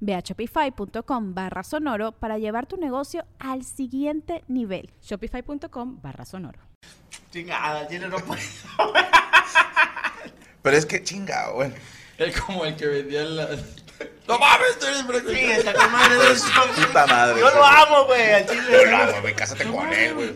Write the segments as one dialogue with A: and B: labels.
A: Ve a shopify.com barra sonoro para llevar tu negocio al siguiente nivel.
B: Shopify.com barra sonoro.
C: Chingada, el chile no puede.
D: Pero es que chinga, bueno.
E: Es como el que vendía la. ¡No mames! Tú eres
C: Sí,
E: blanco!
C: está con madre de eso.
D: Puta madre.
C: Yo lo amo, güey, al chile.
D: Yo lo amo, güey, cásate con él, güey.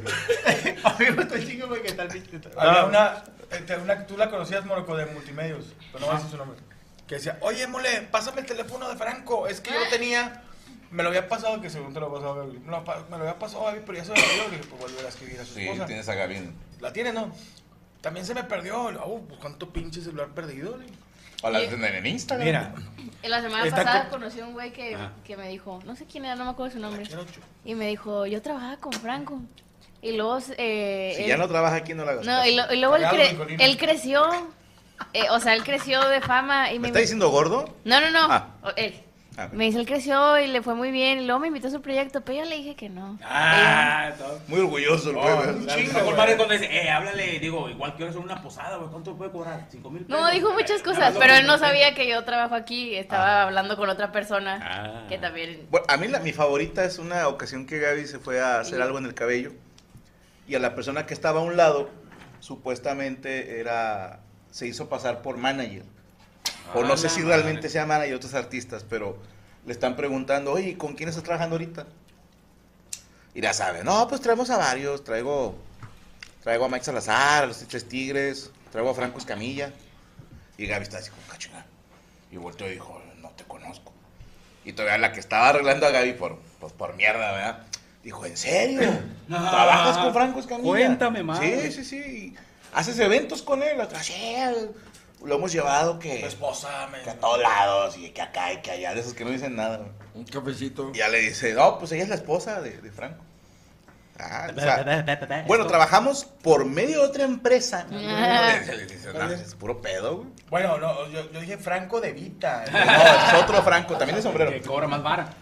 C: A mí me gusta el chingo porque está el pinche.
F: Ah.
G: Había una, este, una- tú la conocías, Moroco, de multimedios, pero no vas a decir su nombre. Que decía, oye, mole, pásame el teléfono de Franco. Es que yo lo tenía, me lo había pasado, que según te lo pasaba Gaby. No, pa- me lo había pasado Gaby, pero ya se lo perdió. Le dije, pues volver a escribir a su
D: Sí,
G: esposa.
D: tienes a Gavin.
G: La tiene, ¿no? También se me perdió. Le digo, "Oh, pues cuánto pinche celular perdido. le digo.
D: O la tienen en Instagram.
G: Mira,
H: Y La semana
G: Está
H: pasada
G: co-
H: conocí a un güey que, que me dijo, no sé quién era, no me acuerdo su
D: Ah,
H: nombre.
G: quiero ocho.
H: Y me dijo, yo trabajaba con Franco. Y luego... Eh,
D: Si
H: él-
D: ya no trabaja aquí, no la hagas.
H: No, y, lo- y luego él,
G: Cagado,
H: cre-
G: Nicolino.
H: él creció, eh, o sea, él creció de fama y
D: ¿Me
H: me...
D: está diciendo gordo?
H: No, no, no,
D: Ah.
H: o- él.
D: Ah,
H: Me dice, él creció y le fue muy bien, y luego me invitó a su proyecto, pero yo le dije que no.
E: Ah, todo.
D: Muy orgulloso el güey.
G: un
E: La
G: chingo,
E: mejor
G: güey.
E: manera es cuando dice, eh, háblale, digo, igual quiero hacer una posada, güey, ¿cuánto puede cobrar? ¿Cinco mil
H: No,
E: pesos?
H: dijo muchas
E: Eh,
H: cosas,
E: hablando
H: pero
E: con-
H: él no sabía que yo trabajo aquí, estaba
D: Ah.
H: hablando con otra persona
E: Ah.
H: que también...
D: Bueno, a mí la, mi favorita es una ocasión que Gaby se fue a hacer
H: Sí.
D: algo en el cabello y a la persona que estaba a un lado supuestamente era se hizo pasar por manager. o
E: Ah,
D: no sé
E: la
D: si
E: madre.
D: realmente sea manager otros artistas, pero le están preguntando, oye, ¿con quién estás trabajando ahorita? Y ya sabe, no, pues traemos a varios, traigo, traigo a Mike Salazar, a los Tres Tigres, traigo a Franco Escamilla. Y Gaby está así como cachina. Y volteó y dijo, no te conozco. Y todavía la que estaba arreglando a Gaby por, pues por mierda, ¿verdad? Dijo, ¿en serio?
E: No.
D: ¿Trabajas con Franco Escamilla?
E: Ah, Cuéntame más.
D: Sí, sí, sí. ¿Haces eventos con él? La otra, "Sí, Lo hemos llevado
G: Tu
D: que,
G: esposa, me.
D: que a todos lados y que acá y que allá, de esos que no dicen nada. güey.
E: Un cafecito.
D: Y ya le dice, no, pues ella es la esposa de, de Franco. Ah, o sea, bueno, trabajamos por medio de otra empresa. Le dice, "No, Es puro pedo, güey.
G: Bueno, no, yo, yo dije Franco de Vita.
D: No, es otro Franco, también es sombrero.
E: Que cobra más vara.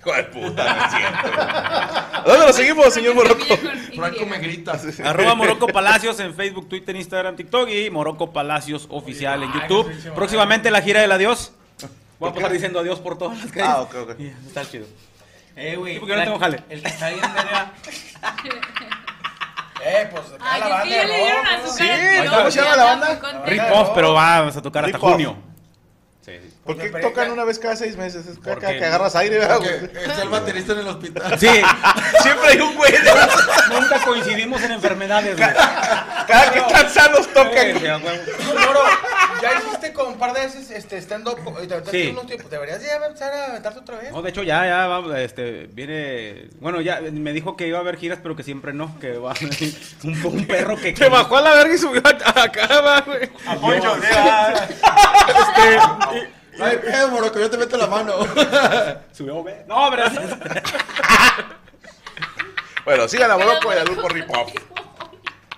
D: Hijo de puta, no es cierto. ¿Dónde lo seguimos, señor Morocco?
H: Franco me
I: Arroba Morocco Palacios en Facebook, Twitter, Instagram, TikTok y Morocco Palacios oficial en
G: Ay,
I: YouTube.
G: qué pinche madre.
I: Próximamente la gira del adiós. Voy
D: ¿Por
I: a
D: qué?
I: pasar diciendo adiós por todas las calles.
D: Ah, ok, ok.
I: Y Está chido.
E: Eh, güey.
I: Sí, porque no tengo jale.
E: El que está bien, verga.
G: Eh, pues acá la banda. de rock, ¿no?
D: Sí, ¿cómo se llama la banda?
I: Rip off, pero vamos a tocar hasta
D: Rip off.
I: junio. Sí, sí.
D: ¿Por qué
G: Porque
D: tocan
G: ya-
D: una vez cada seis meses? Es que,
I: Porque-
D: que agarras aire, ¿verdad,
E: Porque
D: güey?
E: está el baterista en el hospital.
I: Sí,
D: Siempre hay un güey. de-
I: nunca coincidimos en enfermedades, güey.
D: Cada que están sanos tocan.
I: Sí,
D: güey.
I: a huevo.
G: Moro, ya hiciste con un par de veces este stand up y te aventaste
I: Sí.
G: unos tiempos. Deberías ya empezar a aventarte otra vez.
I: No, de hecho ya, ya, vamos, este, viene, bueno, ya me dijo que iba a haber giras, pero que siempre no, que va un, un perro que...
F: Te bajó a la verga y subió a, a cama, güey.
G: Apoyo, ¿verdad?
E: No hay pedo, Morocco, yo te meto la mano.
I: Subió, ve. No, pero...
D: Bueno, sigan a Morocco y al grupo Ripop.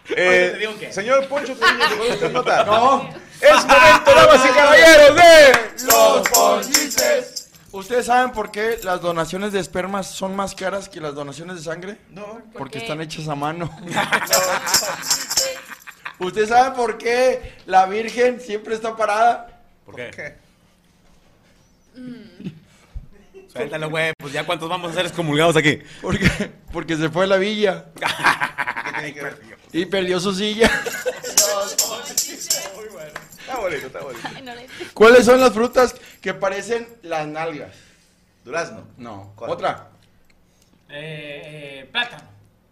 I: te
D: Eh,
I: digo que-
D: señor Poncho Piña, ¿te acuerdas de la nota?
E: No.
D: Es momento, damas y caballeros, de...
E: Los ponchices. ¿Ustedes saben por qué las donaciones de espermas son más caras que las donaciones de sangre?
D: No.
H: qué?
E: Porque están hechas a mano. ¿Ustedes saben por qué la Virgen siempre está parada?
I: ¿Por qué? Suéltalo, güey, pues ya cuántos vamos a ser excomulgados aquí.
E: Porque, porque se fue a la villa
D: ¿Qué tiene que ver?
E: y perdió su silla.
D: Está bonito, está bonito.
E: ¿Cuáles son las frutas que parecen las nalgas?
D: Durazno.
E: No.
D: ¿Cuál?
E: Otra.
F: Eh, eh, plátano.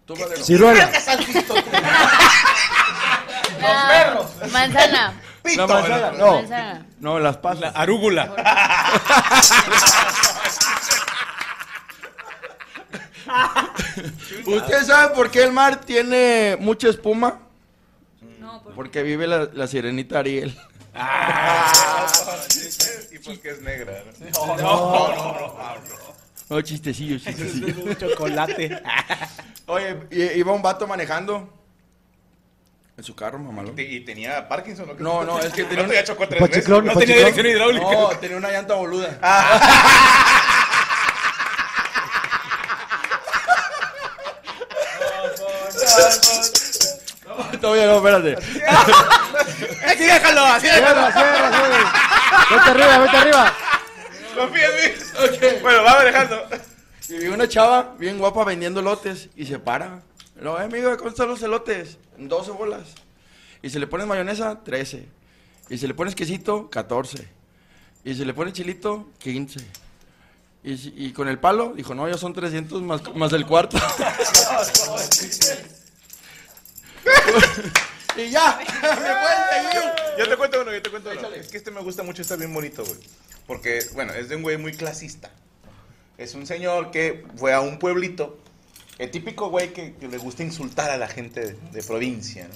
E: Tú, Valero.
D: Creo que salpito.
H: Ah. manzana.
E: La
D: Pito.
E: manzana,
H: La
E: no.
H: manzana.
E: No, las pasas.
F: La arúgula.
E: ¿Ustedes saben por qué el mar tiene mucha espuma?
B: No, por-
E: Porque vive la, la sirenita Ariel.
D: Ah, Y porque es negra. ¿no?
E: No, chistecillo, chistecillo.
F: Un chocolate.
E: Oye, i- iba un vato manejando en su carro, mamalón.
D: Te- Y tenía Parkinson, ¿o qué?
E: No, no, es que tenía
D: El vato
E: un-
D: ya chocó tres
F: Pachiclón,
D: veces.
F: No tenía dirección hidráulica.
E: No, tenía una llanta boluda. Todavía no, espérate.
D: Así déjalo, así
F: Cierra,
D: déjalo.
F: cierra, cierra. Vete arriba, vete arriba.
D: Confía en mí. Bueno, va manejando.
E: Y vi una chava bien guapa vendiendo elotes y se para. No, eh, amigo, ¿cuántos están los elotes? 12 bolas. Y si le pones mayonesa, 13. Y si le pones quesito, 14. Y si le pones chilito, 15. Y, si- y con el palo, dijo, no, ya son 300 más, más el cuarto. y ya, se fue el
D: Yo te cuento uno, yo te cuento uno. Es que este me gusta mucho, está bien bonito, güey. Porque, bueno, es de un güey muy clasista. Es un señor que fue a un pueblito, el típico güey que, que le gusta insultar a la gente de, de provincia, ¿no?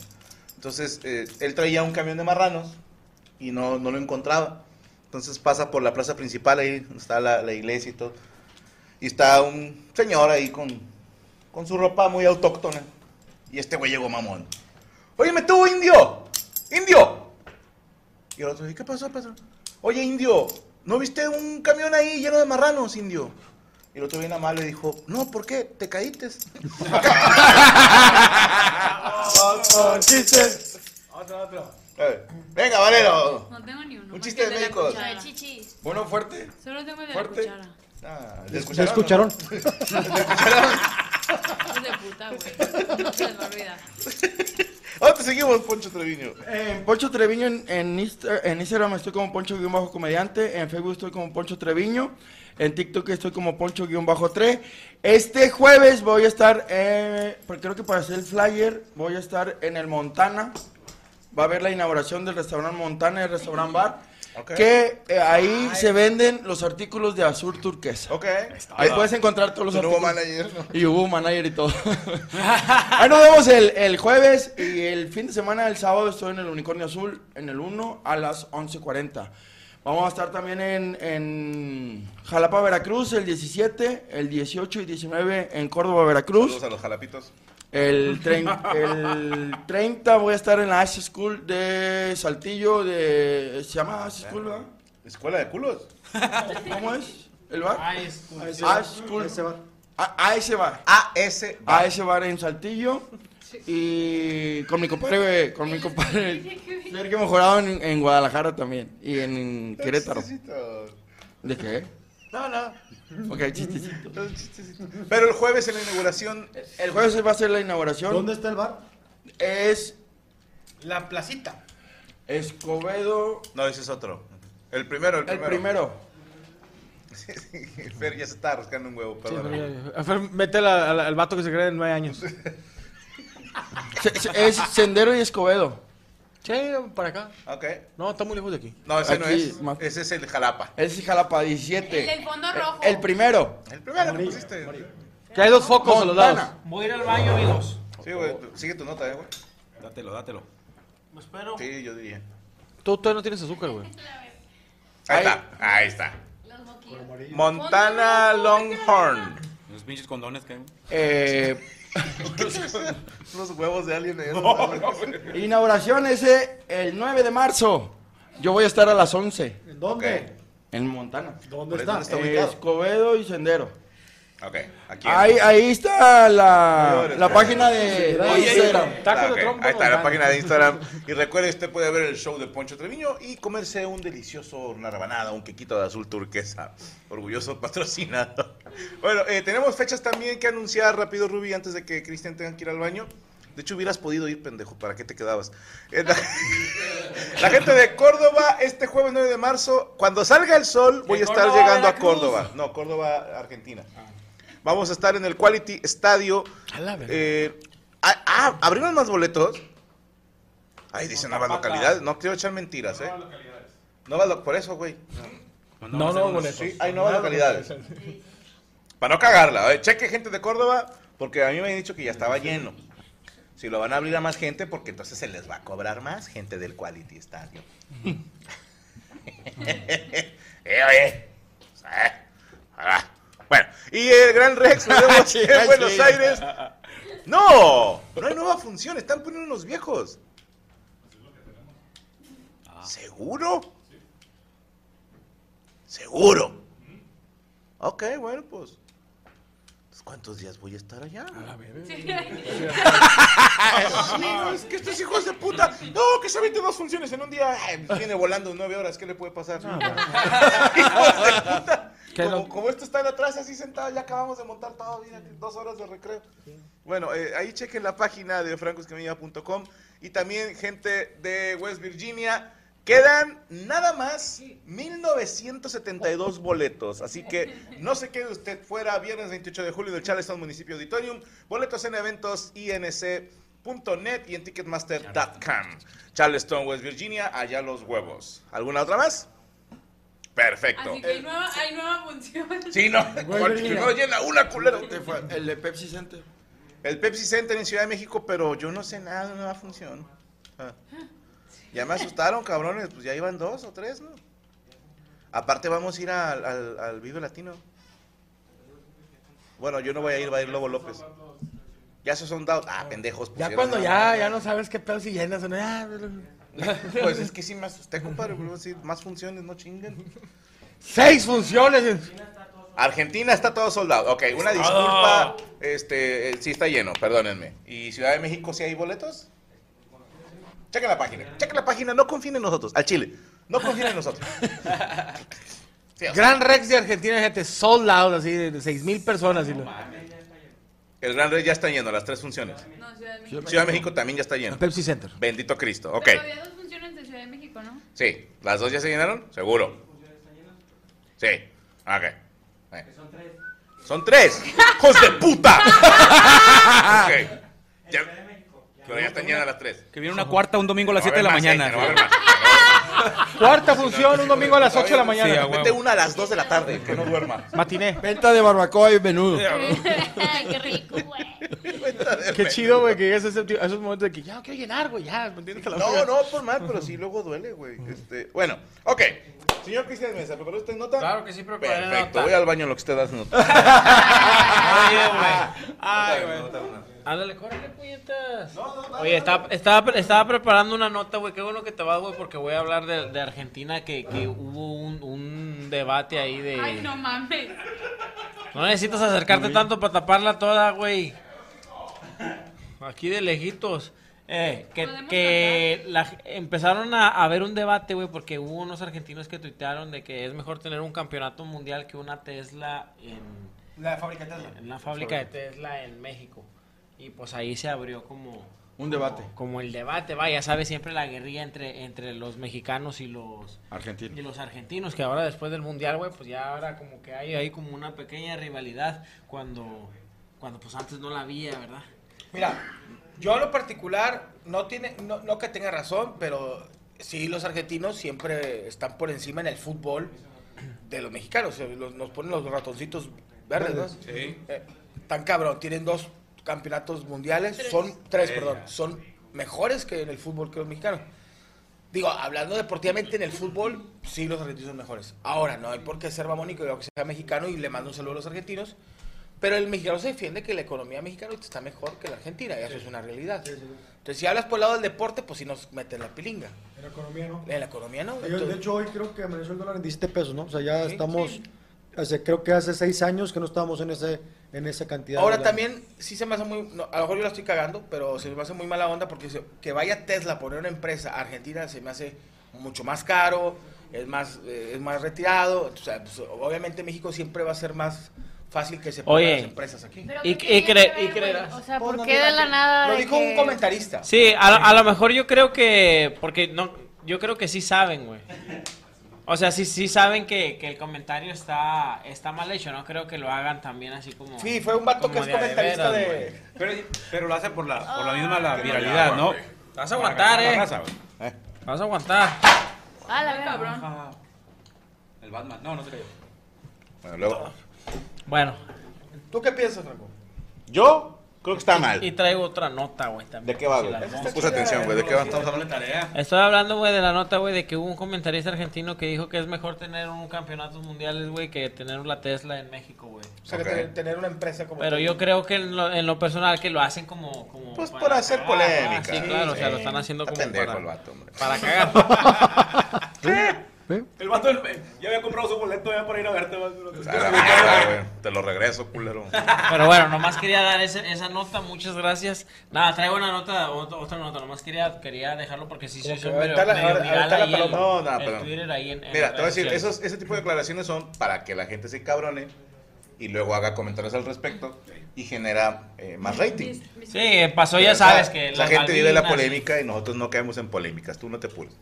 D: Entonces, eh, él traía un camión de marranos y no, no lo encontraba. Entonces pasa por la plaza principal, ahí está la, la iglesia y todo. Y está un señor ahí con, con su ropa muy autóctona. Y este güey llegó mamón. Óyeme tú, indio. Indio. Y el otro, ¿y qué pasó, Pedro? Oye, indio, ¿no viste un camión ahí lleno de marranos, indio? Y el otro bien amable dijo, no, ¿por qué? Te caíste.
G: Otro, otro.
D: Eh, Venga, Valero.
J: No tengo ni uno.
D: Un
J: más
D: chiste
J: que
D: de
J: el la
D: médicos.
J: cuchara.
H: chichis.
E: Bueno, fuerte.
J: Solo tengo el de
E: Fuerte.
J: la cuchara.
D: Ah, ¿le
F: ¿Ya
D: escucharon?
F: escucharon?
J: Hijos de puta, güey. No Se me olvida.
D: Ahora te seguimos, Poncho Treviño.
E: En Poncho Treviño en, en, Insta- en Instagram estoy como Poncho-comediante, en Facebook estoy como Poncho Treviño, en TikTok estoy como Poncho-3. Este jueves voy a estar, eh, porque creo que para hacer el flyer, voy a estar en el Montana. Va a haber la inauguración del restaurante Montana y el restaurante bar.
D: Ok.
E: Que eh, ahí se venden los artículos de azul turquesa.
D: Ok.
E: Ahí puedes encontrar todos los
D: nuevo
E: artículos.
D: manager. ¿no?
E: Y hubo manager y todo. Ahí nos vemos el, el jueves y el fin de semana, el sábado, estoy en el Unicornio Azul, en el 1 a las 11.40. Vamos a estar también en, en Jalapa, Veracruz, el 17, el 18 y 19 en Córdoba, Veracruz.
D: Saludos a los jalapitos.
E: El, trein- el 30 voy a estar en la Ash School de Saltillo, de... ¿Se llama Ash School, verdad?
D: Escuela de culos.
E: ¿Cómo es? ¿El bar?
F: Ay, es
E: Ash School. A- a ese bar.
D: A.S.
E: a ese bar en Saltillo y con mi compadre, con mi compadre Sergio Mejorado en, en Guadalajara también y en Querétaro. ¿De qué?
D: No, no.
E: Ok, chistecito.
D: un chistecito. Pero el jueves en la inauguración.
E: El jueves va a ser la inauguración.
F: ¿Dónde está el bar?
E: Es
G: La placita.
E: Escobedo
D: No, ese es otro. El primero, el
E: el
D: primero.
E: primero.
D: Fer ya se está rascando un huevo,
F: Sí,
D: perdón.
F: métele al, al vato que se cree de nueve años.
E: Se- se- es Sendero y Escobedo.
F: Che, para acá.
D: Ok.
F: No, está muy lejos de aquí.
D: No, ese no
E: Aquí,
D: es.
E: más-
D: Ese es el Jalapa.
E: Es Jalapa 17.
J: El del fondo
E: Eh,
J: rojo.
E: El primero.
D: El primero que pusiste.
F: Que hay dos focos a los lados.
E: Montana.
G: Voy a ir al baño, amigos.
D: Sí, güey. tú- Sigue tu nota, eh, güey.
I: Dátelo, dátelo.
G: Me espero.
D: Sí, yo diría.
F: Tú todavía no tienes azúcar, güey.
D: Ahí
E: Ahí.
D: está. Ahí está.
J: Los moquillos.
D: Montana Longhorn.
I: Los pinches condones que hay.
E: Eh,
D: Unos huevos de alguien. ¿eh?
E: inauguración ese el 9 de marzo. Yo voy a estar a las 11
F: ¿En
D: dónde?
E: en Montana.
F: ¿Dónde
D: está?
F: está?
D: ¿Dónde está
G: Eh,
D: ubicado?
E: Eh, Escobedo y Sendero.
D: Ok, aquí.
E: Ahí, ahí está la,
D: Señores,
E: la
D: ya.
E: página de, de
F: Oye,
E: Instagram.
F: Taco
D: Ah,
F: de
D: ok,
F: trompo
D: Ahí está la
F: Montana.
D: página de Instagram. Y recuerde, usted puede ver el show de Poncho Treviño y comerse un delicioso, una rebanada, un quequito de azul turquesa. Orgulloso patrocinado. Bueno, eh, tenemos fechas también que anunciar rápido, Ruby, antes de que Cristian tenga que ir al baño. De hecho, hubieras podido ir, pendejo, ¿para qué te quedabas? Eh, La, la gente de Córdoba, este jueves 9 de marzo, cuando salga el sol, voy a estar
F: Córdoba,
D: llegando a
F: Veracruz.
D: Córdoba. No, Córdoba, Argentina. Vamos a estar en el Quality Estadio.
F: A la verga.
D: ah, Eh, ah, ah, ¿abrieron más boletos? Ay, dicen nuevas localidades. No quiero echar mentiras, ¿eh? Nuevas localidades. Por eso, güey.
F: No, no, boletos.
D: Sí, hay nuevas localidades. Para no cagarla. eh, Cheque gente de Córdoba, porque a mí me han dicho que ya estaba lleno. Si lo van a abrir a más gente, porque entonces se les va a cobrar más gente del Quality Stadium. eh, oye. Sí. Ah. Bueno, y el Gran Rex nos vemos en Buenos Aires. No, no hay nueva función, están poniendo unos viejos. ¿Seguro? ¿Seguro? Ok, bueno, pues. Entonces, ¿Cuántos días voy a estar allá? No, es que estos hijos de puta. No, que se meten dos funciones en un día. Ay, viene volando nueve horas. ¿Qué le puede pasar? hijos de puta.
I: Que
D: Como,
I: no-
D: como estos están atrás así sentados, ya acabamos de montar todo. mira, dos horas de recreo. Bueno, eh, ahí chequen la página de francoscamilla.com y también gente de West Virginia. Quedan nada más 1972 boletos, así que no se quede usted fuera. Viernes 28 de julio en el Charleston Municipio Auditorium. Boletos en eventos inc.net y en ticketmaster.com. Charleston, West Virginia, allá los huevos. ¿Alguna otra más? Perfecto.
K: Así que hay nueva, hay nueva función.
D: Sí, no, porque
E: Virginia.
D: no llena una culera.
E: Te fue El de Pepsi Center.
D: El Pepsi Center en Ciudad de México, pero yo no sé nada de nueva función. Ah. Ya me asustaron, cabrones, pues ya iban dos o tres, ¿no? Aparte vamos a ir al, al, al Vive Latino. Bueno, yo no voy a ir, va a ir Lobo López. Ya esos son dados. Ah, pendejos.
F: Ya
D: pusieron
F: cuando
D: la-
F: ya, ya no sabes qué pedo si llenas o no. ya,
D: Pues es que sí me asusté, compadre. pero sí, más funciones, no chinguen.
F: Seis funciones.
D: Argentina está todo soldado. Ok, una disculpa. Este, eh, sí está lleno, perdónenme. ¿Y Ciudad de México sí hay boletos? Chequen la página. Chequen la página. No confíen en nosotros. Al Chile. No confíen en nosotros. Sí, o sea,
I: Gran Rex de Argentina, gente, sold out, así, de 6 mil personas. y lo-
D: el Gran Rey ya está lleno, las tres funciones.
K: No, Ciudad de México.
D: Ciudad de México también ya está lleno.
I: Pepsi Center.
D: Bendito Cristo. Ok.
K: Pero había dos funciones de Ciudad de México, ¿no?
D: Sí. ¿Las dos ya se llenaron? Seguro. Sí. Ok. Eh. Son tres. ¡Hijos de puta! ok. Ya, pero ya están llenas las tres.
L: Que viene una cuarta un domingo a las
D: No
L: 7
D: va
L: de la
D: a haber
L: mañana.
D: más, eh, no va a haber más.
I: Cuarta función, un domingo a las 8 de la
L: Sí,
I: mañana.
L: a huevo.
D: Mete una a las 2 de la tarde, que no duerma.
I: Matiné.
E: Venta de barbacoa y menudo.
H: Qué rico, güey.
I: Qué chido, güey, que llegues a, ese- a esos momentos de que ya quiero llenar, güey, ya, ¿me entiendes? A la
D: No,
I: verga.
D: no, por mal, pero sí luego duele, güey. Este, bueno, ok. Señor Cristian Mesa, ¿preparó usted nota?
I: Claro que sí preparé
D: Perfecto,
I: nota.
D: voy al baño en lo que usted hace nota.
I: Ay, güey. Ándale, córrele, puñetas. Oye, estaba, estaba, estaba preparando una nota, güey. Qué bueno que te vas, güey, porque voy a hablar de, de Argentina, que, que hubo un, un debate ahí de...
K: Ay, no mames.
I: No necesitas acercarte tanto para taparla toda, güey. Aquí de lejitos. Eh, que
K: Podemos
I: que la- empezaron a, a ver un debate, güey, porque hubo unos argentinos que tuitearon de que es mejor tener un campeonato mundial que una Tesla en,
F: La fábrica Tesla.
I: en la fábrica de Tesla en México. Y pues ahí se abrió como...
E: Un debate.
I: Como, como el debate, vaya, sabe siempre la guerrilla entre, entre los mexicanos y los...
E: Argentina.
I: Y los argentinos, que ahora después del mundial, güey, pues ya ahora como que hay ahí como una pequeña rivalidad cuando, cuando pues antes no la había, ¿verdad?
F: Mira, yo en lo particular, no, tiene, no, no que tenga razón, pero sí, los argentinos siempre están por encima en el fútbol de los mexicanos. eh, los- nos ponen los ratoncitos verdes, ¿no? Sí. tan cabrón, tienen dos campeonatos mundiales, son tres, perdón, son mejores que en el fútbol que los mexicanos. Digo, hablando deportivamente en el fútbol, sí los argentinos son mejores. Ahora, no hay por qué ser mamónico y lo que sea mexicano y le mando un saludo a los argentinos. Pero el mexicano se defiende que la economía mexicana ahorita está mejor que la argentina, y eso es una realidad. Entonces, si hablas por el lado del deporte, pues sí nos meten la pilinga.
G: En economía, ¿no?
F: En la economía no.
G: Yo, de
F: Entonces,
G: hecho, hoy creo que amaneció el dólar en 17 pesos, ¿no? O sea, ya estamos, hace- creo que hace seis años que no estábamos en ese en esa cantidad. de
F: ahora
G: dólares.
F: también sí se me hace muy, no, a lo mejor yo la estoy cagando, pero se me hace muy mala onda porque se- que vaya Tesla a poner una empresa a argentina se me hace mucho más caro, es más, eh, es más retirado. O sea, pues, obviamente México siempre va a ser más fácil que se pongan
I: Oye.
F: las empresas aquí.
H: Pero
I: Y-
H: ¿qué
I: y
H: tiene
I: cre-
H: que
I: y
H: ver, güey?
I: creerás.
H: O sea,
F: Pues,
H: ¿por
F: no,
H: qué
F: mira,
H: de la nada?
F: Lo
H: de
F: dijo
H: Pues, que-
F: un comentarista.
I: Sí, a, lo- a lo mejor yo creo que, porque no, yo creo que sí saben, güey. O sea, sí, sí saben que, que el comentario está, está mal hecho, no creo que lo hagan también así como...
F: Sí, fue un vato
I: como
F: que es
I: de a de
F: comentarista
I: veras,
F: de...
I: güey.
G: Ah.
L: Pero, pero lo hace por la, por la misma la viralidad, ¿no?
F: Vas a aguantar,
I: Para
F: eh.
I: ganar la raza,
D: Eh.
F: Vas a aguantar.
H: Ah, la verga.
I: El Batman. No, no se cayó.
D: Bueno, luego.
F: Bueno.
G: ¿Tú qué piensas, Franco?
D: Yo creo que está mal.
F: Y traigo otra nota, güey. también.
D: ¿De qué va,
F: Si
D: güey?
F: la
D: No
F: armamos.
D: puse atención, güey. ¿De qué va? Estamos hablando de
I: tarea.
F: Estoy hablando, güey, de la nota, güey, de que hubo un comentarista argentino que dijo que es mejor tener un campeonato mundial, güey, que tener la Tesla en México, güey.
G: O sea, que tener, tener una empresa como.
F: Pero
G: tú.
F: yo creo que en lo, en lo personal que lo hacen como... como
D: Pues
F: para
D: para hacer
F: cagar, ¿no?
D: polémica.
F: Ah, Sí, claro, o sea,
D: Sí.
F: lo están haciendo
D: Está
F: como
D: pendejo
F: para,
D: el vato, hombre.
F: para cagar.
M: El vato del- ya había comprado su boleto ya para ir a verte. más duro.
D: A la mierda, güey. Te lo regreso, culero.
F: Pero bueno, nomás quería dar ese- esa nota, muchas gracias. Nada, traigo una nota, ot- otra nota, nomás quería, quería dejarlo porque sí se
G: Como
F: hizo
G: que
F: medio, medio
G: aventar la-
F: viral
G: aventar la
F: ahí en-
G: paloma.
D: No, no,
F: en
D: pero.
F: Twitter, ahí en- en
D: Mira, te voy a
F: redes
D: decir,
F: sociales.
D: esos, ese tipo de declaraciones son para que la gente se cabrone y luego haga comentarios al respecto y genera eh, más rating.
F: Sí, pasó, ya
D: Pero, o sea,
F: sabes que...
D: La
F: las
D: gente vive la
F: Malvinas y-
D: polémica y nosotros no caemos en polémicas. Tú no te pules.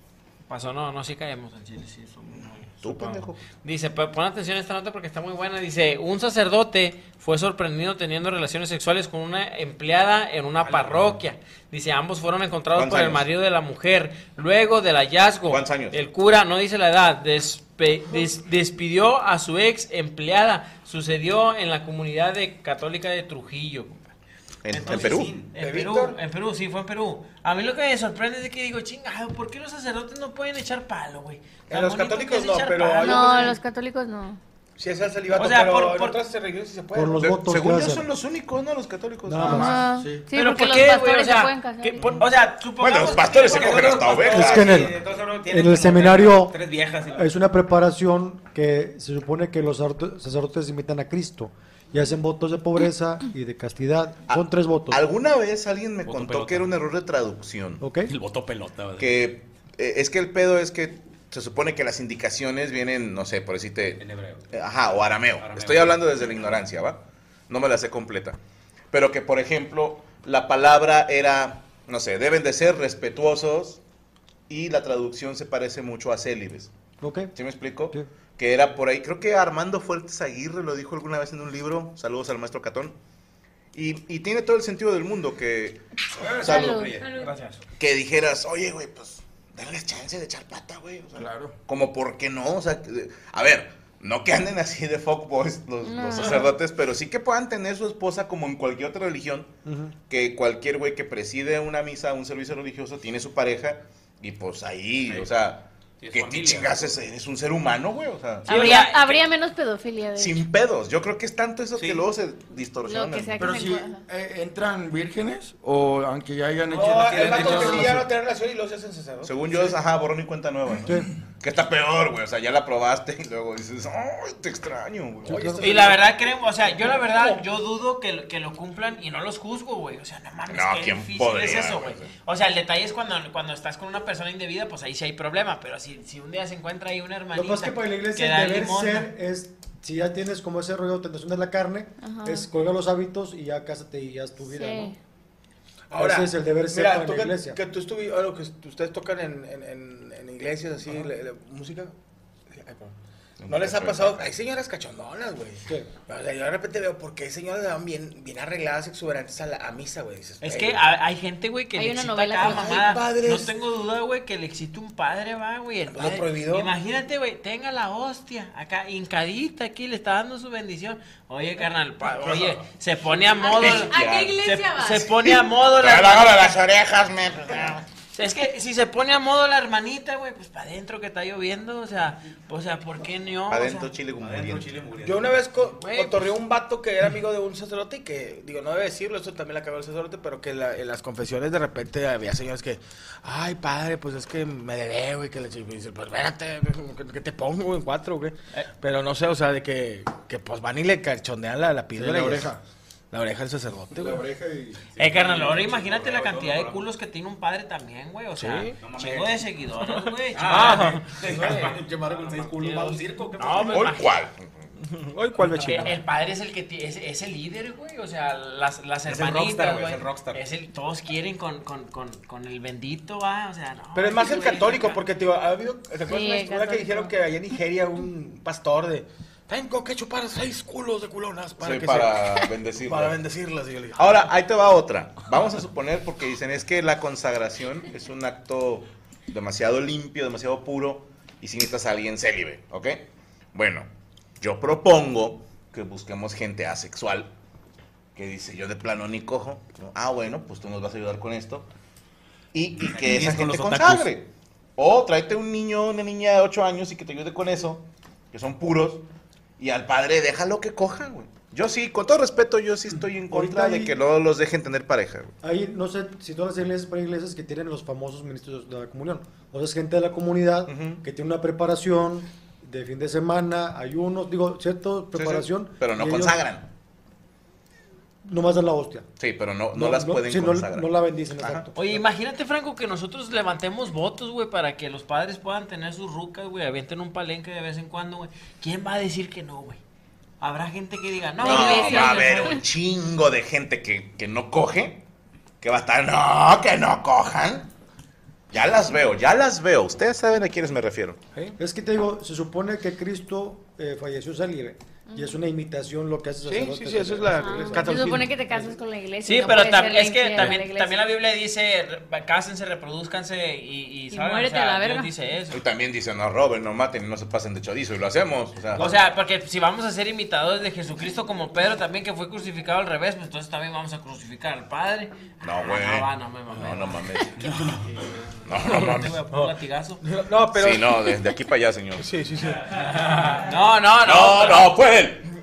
F: Pasó, no, no, sí caemos en Chile, sí, somos muy-
D: Tú, pendejo.
F: Dice, "Pe- pon atención a esta nota porque está muy buena. Dice, un sacerdote fue sorprendido teniendo relaciones sexuales con una empleada en una parroquia. Dice, ambos fueron encontrados
D: ¿Cuántos
F: por el
D: años?
F: marido de la mujer. Luego del hallazgo,
D: ¿Cuántos años?
F: el cura, no dice la edad, despe- des- despidió a su ex empleada. Sucedió en la comunidad de católica de Trujillo.
D: En, en
F: Entonces,
D: Perú.
F: sí, En
G: ¿De
F: Perú,
G: Víctor?
F: en Perú, sí, fue en Perú. A mí lo que me sorprende es de que digo, chingado, ¿por qué los sacerdotes no pueden echar palo, güey? Tan
G: En los
F: bonito
G: católicos
F: que es
G: no,
F: echar
G: pero
F: palo.
G: hay
H: No, los católicos no.
G: Si es el celibato,
F: O sea,
G: pero
F: por-
G: en
F: por-
G: otras religiones sí se puede.
N: Por los
D: De-
N: votos que
D: según yo
N: hacen.
D: son los únicos, ¿no? Los católicos.
N: Nada más.
H: Ah,
G: sí.
H: sí,
F: ¿Pero
H: porque
F: por
H: los
F: qué,
H: pastores
F: güey? O
H: se
F: sea,
H: pueden casar.
F: que por- o sea, supongamos
D: Bueno, los pastores se
F: que-
D: cogen hasta ovejas.
N: Es que en el- en el seminario
M: Tres viejas. y la-
N: Es una preparación que se supone que los sacerdotes- sacerdotes invitan a Cristo y hacen votos de pobreza y de castidad. Son tres votos.
D: Alguna vez alguien me
I: Voto
D: contó
I: pelota.
D: que era un error de traducción.
N: ¿Ok?
I: El voto pelota. güey.
D: Que eh, es que el pedo es que se supone que las indicaciones vienen, no sé, por decirte.
M: En hebreo.
D: eh, Ajá, o arameo.
M: Arameo.
D: Estoy hablando desde la ignorancia, ¿va? No me la sé completa. Pero que, por ejemplo, la palabra era, no sé, deben de ser respetuosos y la traducción se parece mucho a célibes.
N: ¿Ok?
D: ¿Sí me explico?
N: Sí.
D: Que era por ahí, creo que Armando Fuertes Aguirre lo dijo alguna vez en un libro, saludos al maestro Catón. Y, y tiene todo el sentido del mundo que,
H: Salud.
G: Gracias.
D: que dijeras, oye, güey, pues, denles chance de echar pata, güey. o sea,
E: Claro.
D: Como, ¿por qué no? O sea, que- a ver, no que anden así de fuckboys los,
H: No.
D: los sacerdotes, pero sí que puedan tener su esposa como en cualquier otra religión,
N: Ujú.
D: que cualquier güey que preside una misa, un servicio religioso, tiene su pareja y pues ahí, o sea,
M: Tienes
D: ¿qué, qué
M: familia.
D: chingas es? Eres un ser humano, güey, o sea.
F: Sí, o
H: Habría,
F: sea,
H: habría menos pedofilia de hecho.
D: Sin pedos. Yo creo que es tanto eso
M: Sí.
D: que luego se distorsiona.
H: Lo que sea que
E: Pero
H: se
E: si
H: encuadra.
E: eh, entran vírgenes o aunque ya hayan hecho...
G: No,
E: tienen
G: el vato
E: hecho
G: que sí
E: relación.
G: ya no tener relación y los hacen sacerdote.
D: Según yo es, ajá, borrón y cuenta nueva, ¿no? Que está peor, güey. O sea, ya la probaste y luego dices, ¡ay, te extraño, güey!
G: Oye, esto-
F: Y la verdad creo, o sea, yo la verdad, yo dudo que, lo- que lo cumplan y no los juzgo, güey. O sea, no mames,
D: No,
F: qué
D: ¿quién
F: difícil
D: podría,
F: es eso, güey.
D: güey?
F: O sea, el detalle es cuando, cuando estás con una persona indebida, pues ahí sí hay problema. Pero si, si un día se encuentra ahí una
N: Lo
F: hermanita
N: que pasa es que para la
F: que
N: iglesia
F: da
N: el deber
F: limosna,
N: ser es, si ya tienes como ese rollo de tentación de la carne, es colgar los hábitos y ya cásate y ya es tu vida,
H: Sí.
N: ¿no? Ese es el deber ser
G: mira,
N: para
G: tú
N: la
G: que-
N: iglesia.
G: Que, tú estuvi- algo que est- ustedes tocan en, en, en, en iglesias así, le- le- música. Ay, perdón. No les ha pasado. Hay señoras cachondonas, güey.
N: Sí.
G: O sea, yo de repente veo por qué hay señoras que van bien, bien arregladas, exuberantes a, la, a misa, güey. Dices,
F: Es
G: "Ey,
F: que a- hay gente, güey, que
H: Hay
F: le
H: una
F: excita
H: novela
F: cada
H: que- Ay,
F: mamada.
G: padres.
F: No tengo duda, güey, que le excita un padre, va, güey. el
G: Lo
F: padre-
G: prohibido.
F: Imagínate, güey, tenga la hostia acá, hincadita aquí, le está dando su bendición. Oye, carnal, pa- oye, se pone a modo.
J: ¿A qué
F: Se,
J: iglesia vas?
F: se pone a modo
D: ¡Te
F: la
D: agarro las orejas, me!
F: Es que si se pone a modo la hermanita, güey, pues para adentro que está lloviendo, o sea, o sea, ¿por qué no? O sea,
D: Adentro chile con
M: Adentro,
D: muriendo.
M: Chile muriendo.
G: Yo una vez co-
F: Güey,
G: cotorreé un vato que era amigo de un sacerdote y que, digo, no debe decirlo, eso también la cagó el sacerdote, pero que la- en las confesiones de repente había señores que, ay, padre, pues es que me debe, güey, que le y dice, pues espérate, ¿qué- ¿qué te pongo, güey, en cuatro, güey? Pero no sé, o sea, de que, que pues van y le cachondean la, la píldora.
E: la
G: y-
E: oreja.
G: La oreja del sacerdote,
E: La
G: güey.
E: oreja y...
F: Eh, carnal, ahora imagínate la
M: Todo,
F: cantidad de
M: todo.
F: culos que tiene un padre también, güey. O sea,
G: Sí.
F: chingo de seguidores, güey.
M: Ah,
F: chingo de-
M: Qué madre con seis culos. ¿Va a un circo? ¿Qué
F: No,
M: pedo?
F: pues, me
D: Hoy,
F: imagino
D: ¿cuál?
G: Hoy, ¿cuál me
F: que
G: chinga?
F: el padre es el que ti- es, es el líder, güey. O sea, las, las
M: Es el
F: hermanitas,
M: rockstar, güey,
F: güey.
M: es el rockstar.
F: Es el- todos quieren con, con, con, con el bendito, va. O sea, no.
G: Pero es más el
F: güey,
G: católico,
F: acá.
G: porque, tío, ha habido, ¿te acuerdas
H: Sí,
G: una historia que
H: católico.
G: dijeron que allá en Nigeria un pastor de, Tengo que chupar seis culos de culonas para,
D: Sí,
G: que
D: para
G: se-
D: bendecirlas.
G: Para bendecirlas. Y yo le dije,
D: Ahora, ahí te va otra. Vamos a suponer, porque dicen es que la consagración es un acto demasiado limpio, demasiado puro, y si necesitas a alguien célibe, ¿ok? Bueno, yo propongo que busquemos gente asexual, que dice, yo de plano ni cojo. Ah, bueno, pues tú nos vas a ayudar con esto. Y, y que esa
G: Vienes con
D: gente
G: los otakus.
D: consagre. O tráete un niño, una niña de 8 años y que te ayude con eso, que son puros, y al padre déjalo que coja, güey. Yo sí, con todo respeto, yo sí estoy en contra
N: Ahorita
D: de
N: hay-
D: que no los dejen tener pareja, güey.
N: Ahí, no sé si todas las iglesias para iglesias que tienen los famosos ministros de la comunión. O sea, es gente de la comunidad que tiene una preparación de fin de semana, ayunos, digo, cierto, preparación.
D: pero no
N: y ellos
D: consagran.
N: Nomás dan la hostia.
D: Sí, pero no, no, las pueden
N: sí, no-
D: consagrar.
N: No, la bendicen, exacto.
F: Oye, imagínate, Franco, que nosotros levantemos votos, güey, para que los padres puedan tener sus rucas, güey, avienten un palenque de vez en cuando, güey. ¿Quién va a decir que no, güey? Habrá gente que diga, no,
D: No,
F: iglesia,
D: va a
F: güey".
D: haber un chingo de gente que, que no coge, que va a estar, no, que no cojan. Ya las veo, ya las veo. Ustedes saben a quiénes me refiero.
N: ¿Eh? Es que te digo, se supone que Cristo eh, falleció salive y es una imitación lo que hace el
E: Sí,
N: sacerdote.
E: sí, sí, eso es la-
H: Ah, Se supone que te casas con la iglesia.
F: Sí,
H: no
F: pero
H: puedes
F: tam-
H: serle
F: es que
H: infiel a la
F: también,
H: iglesia.
F: también la Biblia dice, re- cásense, reproduzcanse y, y,
H: Y
F: ¿saben?
H: muérete
F: o sea,
H: a la verga.
F: Dios dice eso.
D: Y también dicen, no roben, no maten, no se pasen de chorizo, y lo hacemos. O sea,
F: O sea, porque si vamos a ser imitadores de Jesucristo como Pedro también, que fue crucificado al revés, pues entonces también vamos a crucificar al Padre.
D: no, güey.
F: Ah, No, va, no me mames.
D: No, no mames. No, no mames.
F: Te voy a poner un latigazo.
G: No,
D: Sí, no, desde aquí para allá, señor.
G: Sí, sí, sí.
F: No, no, no.
D: No, no, pues. pueden.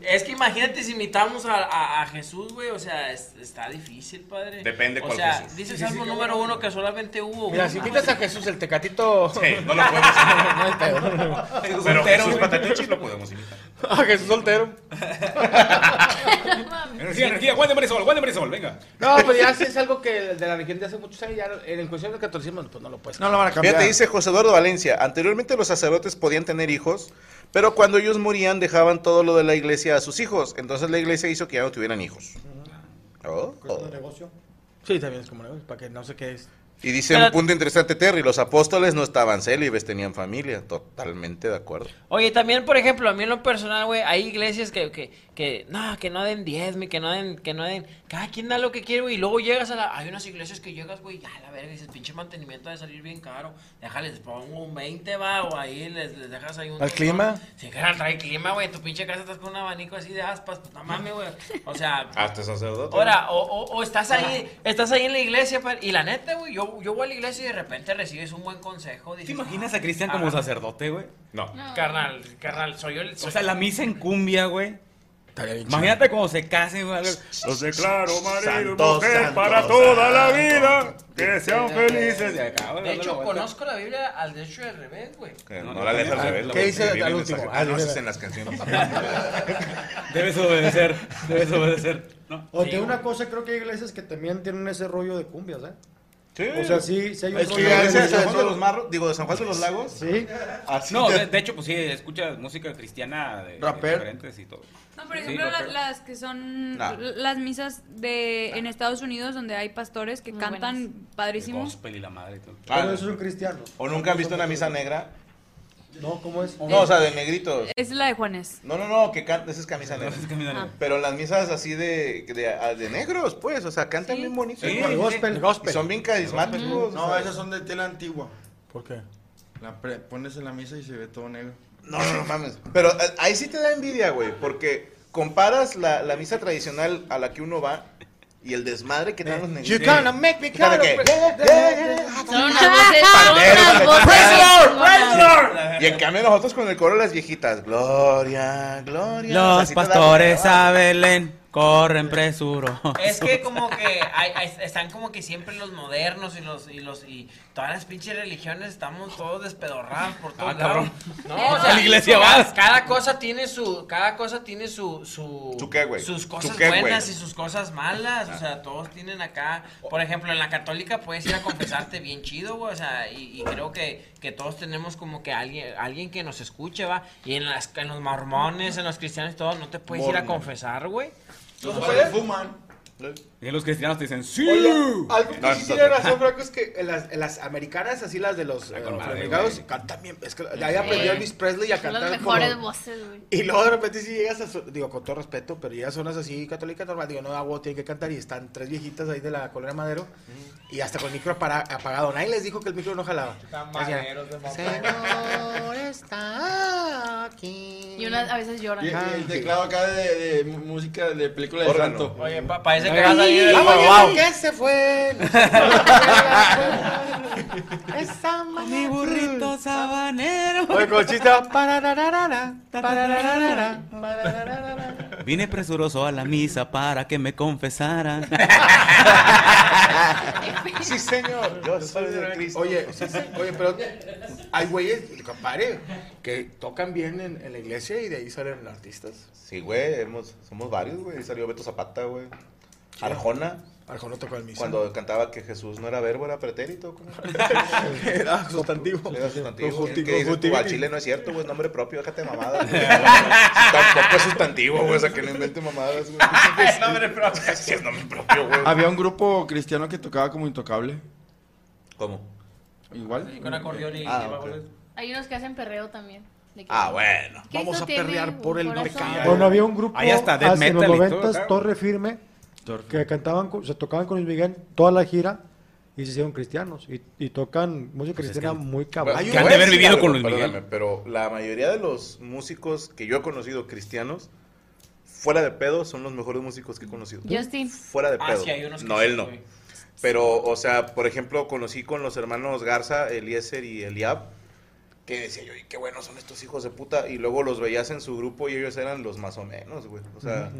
F: Es que imagínate si imitamos a, a- a Jesús, güey. O sea, es- está difícil, padre.
D: Depende
F: o
D: cuál
F: sea,
D: Jesús.
F: Dice el
G: Sí, sí,
F: Salmo
G: sí,
F: número uno que solamente hubo
G: Mira,
F: uno.
G: si invitas a Jesús el tecatito.
D: Sí, no lo podemos imitar.
G: no hay pedo.
D: Pero
G: Soltero,
D: Jesús
G: güey.
D: Patatucci lo podemos imitar.
G: A Jesús soltero.
M: Energía, energía, Juan de Marisol, Juan de Marisol, venga.
G: No, pero ya sí es algo que de la religión de hace muchos años, ya en cuestión del catolicismo, pues no lo puedes.
D: Fíjate, dice José Eduardo Valencia, anteriormente los sacerdotes podían tener hijos, pero cuando ellos morían dejaban todo lo de la iglesia a sus hijos. Entonces la iglesia hizo que ya no tuvieran hijos. Oh, oh.
N: negocio?
G: Sí, también es como negocio, para que no sé qué es.
D: Y dice un punto interesante Terry, los apóstoles no estaban célibes, tenían familia. Totalmente de acuerdo.
F: Oye, también, por ejemplo, a mí en lo personal, güey, hay iglesias que, que, que, no, que no den diezme, que no den, que no den, cada quien da lo que quiere, güey, y luego llegas a la, hay unas iglesias que llegas, güey, ya, la verga, dices, pinche mantenimiento ha de salir bien caro, déjales, pongo un 20, va, o ahí les, les dejas ahí un...
G: ¿Al clima?
F: Si quieres traer clima, güey, en tu pinche casa estás con un abanico así de aspas, puta mame, güey, o
M: Ah,
F: sea...
D: Hasta sacerdote.
F: Ahora, o, o- o estás ahí, estás ahí en la iglesia, pa- y la neta, güey, yo, yo voy a la iglesia y de repente recibes un buen consejo. dices,
M: ¿Te imaginas a
F: "Ah,
M: Cristian
F: ah,
M: como sacerdote, güey?
D: No.
F: Carnal, carnal, soy yo el.
M: O sea, la misa en cumbia, güey. Imagínate cuando se casen, güey. Los declaro marido y
D: Santo,
M: mujer
D: santo,
M: para toda la
D: santo.
M: vida. Que sean felices. Y acá, güey,
F: De
M: dándole
F: hecho,
M: vuelta.
F: conozco la Biblia al derecho y al revés, güey.
D: Que No,
M: no,
D: la dejes
M: también.
D: al revés. la
M: ¿Qué
D: voy a
M: dice
D: escribir
M: al
D: en
M: último?
D: mensaje.
M: Ah,
D: Ah, no,
M: mira.
D: eso es en las canciones.
M: Debes obedecer. Debes obedecer. No.
N: O te una cosa, creo que hay iglesias que también tienen ese rollo de cumbias, ¿eh?
D: Sí.
N: O sea, sí, sí hay un
D: Es que
N: rollo
D: ya
N: de-
D: dice de San Juan de los Marros, digo, de San Juan de los Lagos.
N: Sí.
D: Así
M: No,
D: te-
M: de, de hecho, pues sí, escucha música cristiana de, de
D: Rapper.
M: diferentes y todo.
J: No, por
M: Sí,
J: ejemplo, las,
M: rapper.
J: las que
E: mm,
J: son
M: Nah.
J: l- las misas de en Estados Unidos donde hay pastores que cantan padrísimos.
M: Gospel y la madre y todo.
D: Ah,
N: Pero eso es un cristiano.
D: ¿O nunca han visto una misa negra?
N: No, ¿cómo es?
D: No, o sea, de negritos.
J: Es la de Juanes.
D: No, no, no, que cantan, esa es camisa negra.
J: negra. Ah.
D: Pero las misas así de, de, a- de negros, pues, o sea, cantan bien bonito.
E: Sí,
D: Y
E: el gospel.
D: y son bien carismáticos. o
E: No,
D: sea.
E: esas son de tela antigua.
G: ¿Por qué?
E: La pre- pones en la misa y se ve todo negro.
D: No, no, no mames. Pero eh, ahí sí te da envidia, güey, porque comparas la, la misa tradicional a la que uno va y el desmadre que dan los negros.
G: You gonna make me
D: Fíjate
G: kind
D: que-
H: Son unas voces, son
D: Pandero,
H: unas
D: le-
H: voces.
D: Praise the Lord,
H: chingonas.
D: praise the Lord. Y en cambio nosotros con el coro de las viejitas, gloria, gloria. O sea,
M: Los
D: sí te da-
M: pastores a Belén corren presuro.
F: Es que como que hay- hay- están como que siempre los modernos y los y los y todas las pinches religiones estamos todos despedorrados por todos
M: cabrón.
F: lados. No, o sea,
M: A la iglesia
F: cada,
M: vas.
F: Cada cosa tiene su cada cosa tiene su su
D: ¿Su qué, güey?
F: sus
D: ¿Su
F: cosas
D: qué, güey? Ah.
F: buenas y sus cosas malas, o sea, todos tienen acá, por ejemplo, en la católica puedes ir a confesarte bien chido, güey, o sea, y, y creo que, que todos tenemos como que alguien alguien que nos escuche, va, y en las en los mormones, en los cristianos, todos no te puedes ir a
D: Mormon.
F: confesar, güey.
D: ¿Eh?
E: Los padres fuman.
M: Y los cristianos te dicen, ¡Sí!
G: Oye, algo que
M: No, eso
G: sí
M: es
G: tienen
M: otro.
G: razón, Franco, es que en las, en las americanas, así las de los eh,
M: con madre,
G: afroamericanos,
M: güey.
G: cantan bien. Es que de ahí aprendió
H: Sí.
G: Elvis Presley a
H: Son
G: cantar.
H: las
G: como-
H: mejores voces, güey.
G: Y luego de repente si llegas a, zo- digo, con todo respeto, pero llegas a zonas así católicas normal, digo, no, agua, tiene que cantar y están tres viejitas ahí de la colonia Madero y hasta con el micro apara- apagado. Nadie les dijo que el micro no jalaba. Hacían,
C: Señor está aquí.
H: Y una, a veces lloran.
E: Y, y el teclado acá de, de mu- música de película de
G: Órgano.
E: santo.
G: Oye,
F: pa-
G: parece que
F: vas a ir al
G: guau.
C: ¿Qué se fue? Esa Mi burrito sabanero.
G: Oye, cochita.
C: Parararara, parararara,
M: Vine presuroso a la misa para que me confesaran.
G: Sí, señor. Yo soy de Cristo. Oye, sí, sí, oye, pero hay güeyes, compadre, que tocan bien en, en la iglesia y de ahí salen artistas.
D: Sí, güey, hemos, somos varios, güey. Salió Beto Zapata, güey. Arjona.
G: Arjona tocó el mismo.
D: Cuando cantaba que Jesús no era verbo, era pretérito. ¿cómo?
G: Era sustantivo.
D: Era sustantivo.
G: Conjuntivo,
D: que dice,
G: conjuntivo.
D: "Cuba, Chile no es cierto, güey, es nombre propio, déjate de mamadas. güey". Tampoco es sustantivo, güey, o sea, que no invente mamadas, güey. Es nombre propio. Sí, es nombre propio, güey.
E: Había un grupo cristiano que tocaba como intocable.
D: ¿Cómo?
E: Igual.
F: Con acordeón y
E: Ah,
F: lleva
E: ok.
F: goles.
H: Hay unos que hacen perreo también. de que-
D: Ah, bueno.
H: Cristo
G: Vamos a
H: tiene
G: perrear por
H: un
G: el
H: corazón.
G: pecado.
N: Bueno, había un grupo
G: Ahí hasta death
N: hace- en los
G: metal y todo,
N: 90
G: claro.
N: Torre Firme, que cantaban, con- se tocaban con Luis Miguel toda la gira y se hicieron cristianos y, y tocan música
D: Pues
N: cristiana muy cabrón.
D: Bueno, te voy a decir algo, perdóname, Pero la mayoría de los músicos que yo he conocido cristianos, fuera de pedo, son los mejores músicos que he conocido.
H: Justin.
D: Fuera de
H: Ah,
D: pedo.
H: sí, hay unos que
D: no,
H: sí,
D: él no.
H: güey.
D: Pero, o sea, por ejemplo, conocí con los hermanos Garza, Eliezer y Eliab, que decía yo, "Y qué buenos son estos hijos de puta. Y luego los veías en su grupo y ellos eran los más o menos, güey. O sea,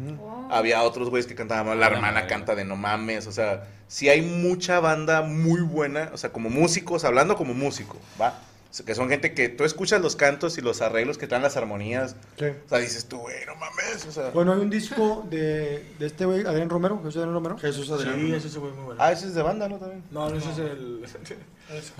D: había otros güeyes que cantaban mal, Ah, la hermana canta de no mames, o sea, sí hay mucha banda muy buena, o sea, como músicos, hablando como músico, ¿va? O sea, que son gente que tú escuchas los cantos y los arreglos que traen las armonías,
N: Sí.
D: o sea, dices tú, güey, no mames, o sea...
N: Bueno, hay un disco de, de este güey, Adrián Romero, Jesús Adrián Romero. Jesús
G: Sí, ese es güey muy bueno.
D: Ah, ese es de banda, ¿no? También.
G: No, no, ese es el.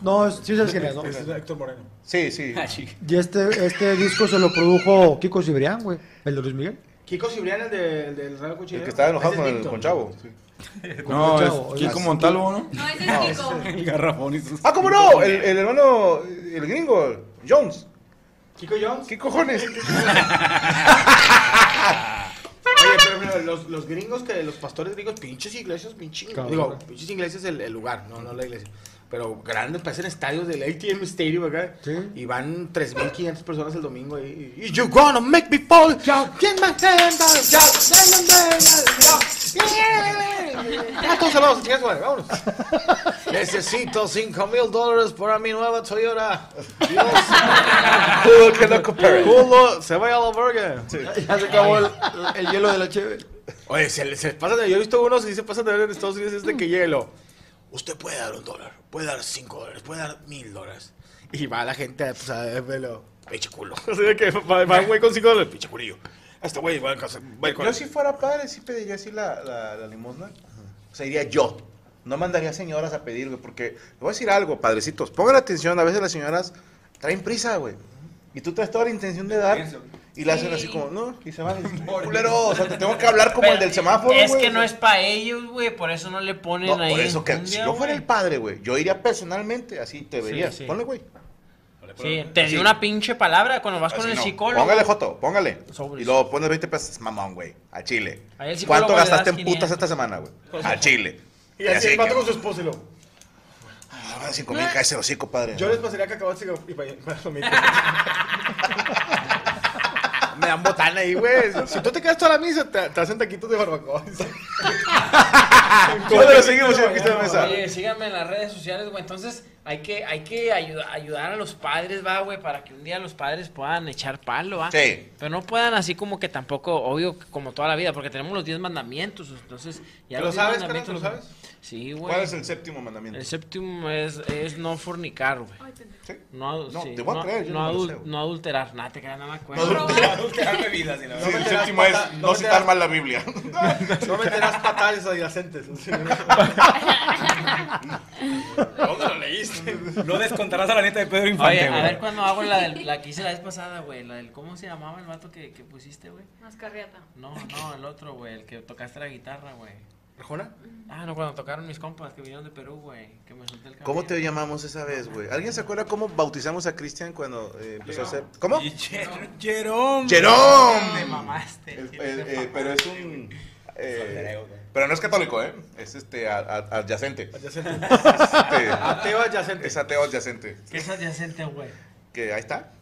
N: No, es- sí sabes quién es, ¿no?
G: Ese es Héctor Moreno.
D: Sí, Ah, sí.
N: Y este, este disco se lo produjo Kiko Cibrián, güey, el de Luis Miguel.
G: Kiko Cibrián, el del, del Real Cuchillo.
D: El que estaba enojado con, el- con Chavo.
E: No, Con el
N: Oh,
E: Chavo, es Kiko el- Montalvo, ¿no?
J: No, ese
D: No,
J: es Kiko.
D: ese
M: El garrafón y sus...
D: Ah, ¿cómo no? El, el hermano, el gringo, Jones.
G: ¿Kiko Jones?
D: ¿Qué cojones?
G: Oye, pero mira, los, los gringos, que los pastores gringos, pinches iglesias, pinches.
D: Cabrón.
G: Digo, pinches iglesias el, el lugar, no, no la iglesia. Pero grandes, parecen estadios del ATM Stadium acá. Y van 3.500 personas el domingo ahí. Y, y you gonna make me fall. Get my hand out. Ya, ya, ya, ya, ya. Ya, todos saludos, chicas, madre, vámonos. Necesito 5 mil dólares para mi nueva Toyota.
D: Culo que no compare.
G: Culo, se vaya a la verga.
E: Ya se acabó el, el hielo de la cheve.
G: Oye, se, se pasan de- Yo he visto unos que se pasan de ver en Estados Unidos es de que hielo. Usted puede dar un dólar, puede dar cinco dólares, puede dar mil dólares. Y va la gente pues, a dármelo. Pinche culo. O sea, que va, va un güey con cinco dólares, pinche culillo. Este güey va a casa. va a ir con-
D: Yo si fuera padre, sí pediría así la, la- la limosna. O sea, iría yo. No mandaría señoras a pedir, güey, porque le voy a decir algo, padrecitos. Pongan atención, a veces las señoras traen prisa, güey. Y tú traes toda la intención de dar y la hacen así como, no, y se van. Culero, o sea, te tengo que hablar como el del semáforo,
F: Es
D: güey,
F: que
D: o
F: no
D: sea.
F: es para ellos, güey, por eso no le ponen
D: No,
F: ahí.
D: por eso que si
F: enjundia,
D: yo fuera
F: güey.
D: el padre, güey, yo iría personalmente, así te verías.
F: sí.
D: Ponle, güey.
F: Sí, te di
D: Sí.
F: una pinche palabra cuando vas con
D: Así
F: el
D: no.
F: psicólogo.
D: Póngale, Joto, póngale. Y luego pones 20 pesos, mamón, güey, al chile.
F: Ahí el psicólogo
D: ¿Cuánto
F: le das
D: gastaste en
F: 500.
D: putas esta semana, güey?
G: Pues,
D: Al chile.
G: Y así el
D: que,
G: vato con su esposa y lo.
D: "Ah, van cinco mil, cállese el hocico, padre.
G: Yo les pasaría cacahuates y pa- y para mi Me dan botana ahí, güey. Si tú te quedas toda la misa, te, te hacen taquitos de barbacoa.
D: ¿Cómo te lo seguimos, señor Cristian
F: Oye,
D: Mesa?
F: Oye, síganme en las redes sociales, güey. Entonces, hay que, hay que ayuda- ayudar a los padres, va, güey, para que un día los padres puedan echar palo, va.
D: Sí.
F: Pero no puedan así como que tampoco, obvio, como toda la vida, porque tenemos los 10 mandamientos. Entonces, ya
G: ¿Te lo
F: los 10
G: sabes,
F: mandamientos
G: Carlos? ¿Te lo
F: los- Sí, güey.
D: ¿Cuál es el séptimo mandamiento?
F: El séptimo es, es no fornicar, güey. No,
D: No,
F: sí,
D: te voy a
F: no-
D: creer, yo
F: no
D: no me lo
F: adul-
D: sé, güey.
F: no adulterar, nada, te creas, nada me acuerdo.
G: adulterar bebidas.
D: Sí, el séptimo es no citar mal la Biblia.
G: No meterás patadas adyacentes. ¿Dónde lo leíste?
M: No descontarás a la neta de Pedro Infante,
F: Oye, a
M: güey.
F: ver cuando hago la, del- la que hice la vez pasada, güey. La del, ¿cómo se llamaba el vato que, que pusiste, güey?
J: Mascarriata.
F: No, no, el otro, güey, el que tocaste la guitarra, güey.
G: ¿Arjona? Ah, no, cuando tocaron mis compas que vinieron de Perú, güey. Que me solté el cabello.
D: ¿Cómo te llamamos esa vez, güey? ¿Alguien se acuerda cómo bautizamos a Cristian cuando eh, empezó a hacer. ¿Cómo?
M: Jerón.
D: ¡Jerón!
M: Te mamaste.
D: El- el- eh, pero es un. eh, pero no es católico, ¿eh? Es este a- a- adyacente.
G: Adyacente.
D: Este,
G: Ateo adyacente.
D: Es ateo adyacente.
G: ¿Qué es adyacente, güey?
D: Que ahí está.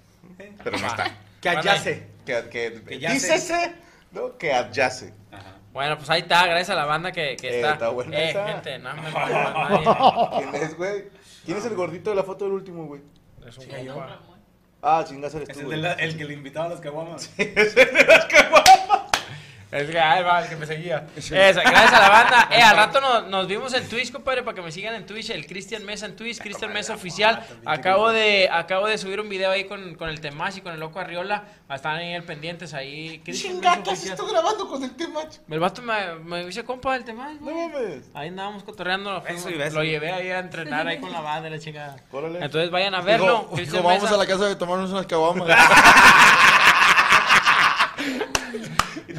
D: Pero no está.
G: Que adyace.
D: Que, que,
G: Que yace.
D: dícese, ¿no? Que adyace.
F: Bueno, pues ahí está, gracias a la banda que, que
D: Eh,
F: está.
D: está buena
F: eh,
D: esa.
F: gente, no me mames.
D: ¿Quién es, güey? ¿Quién es el gordito de la foto del último, güey?
F: Es
M: un compa.
D: Ah, chingas eres
M: Es
D: tú,
M: el,
D: güey.
M: de la- el que le invitaba a las caguamas.
F: Es que, ahí va, el que me seguía. Esa, gracias a la banda. Eh, al rato nos, nos vimos en Twitch, compadre, para que me sigan en Twitch. El Cristian Mesa en Twitch, Cristian Mesa oficial. Acabo de, acabo de subir un video ahí con, con el Temach y con el Loco Arriola. Están ahí al pendientes ahí. Cristian Mesa
D: Chingatas,
F: oficial.
D: estoy grabando con el tema.
F: El vato me, me hice compa del Temach, güey. Ahí andábamos cotorreando. lo fuimos-
G: y beso.
F: Lo llevé ahí a entrenar ahí con la banda, y la chingada.
D: Órale.
F: Entonces vayan a
E: Dijo,
F: verlo.
E: dijo,
F: Cristian
E: vamos
F: Mesa.
E: a la casa de tomarnos unas caguamas.
D: Y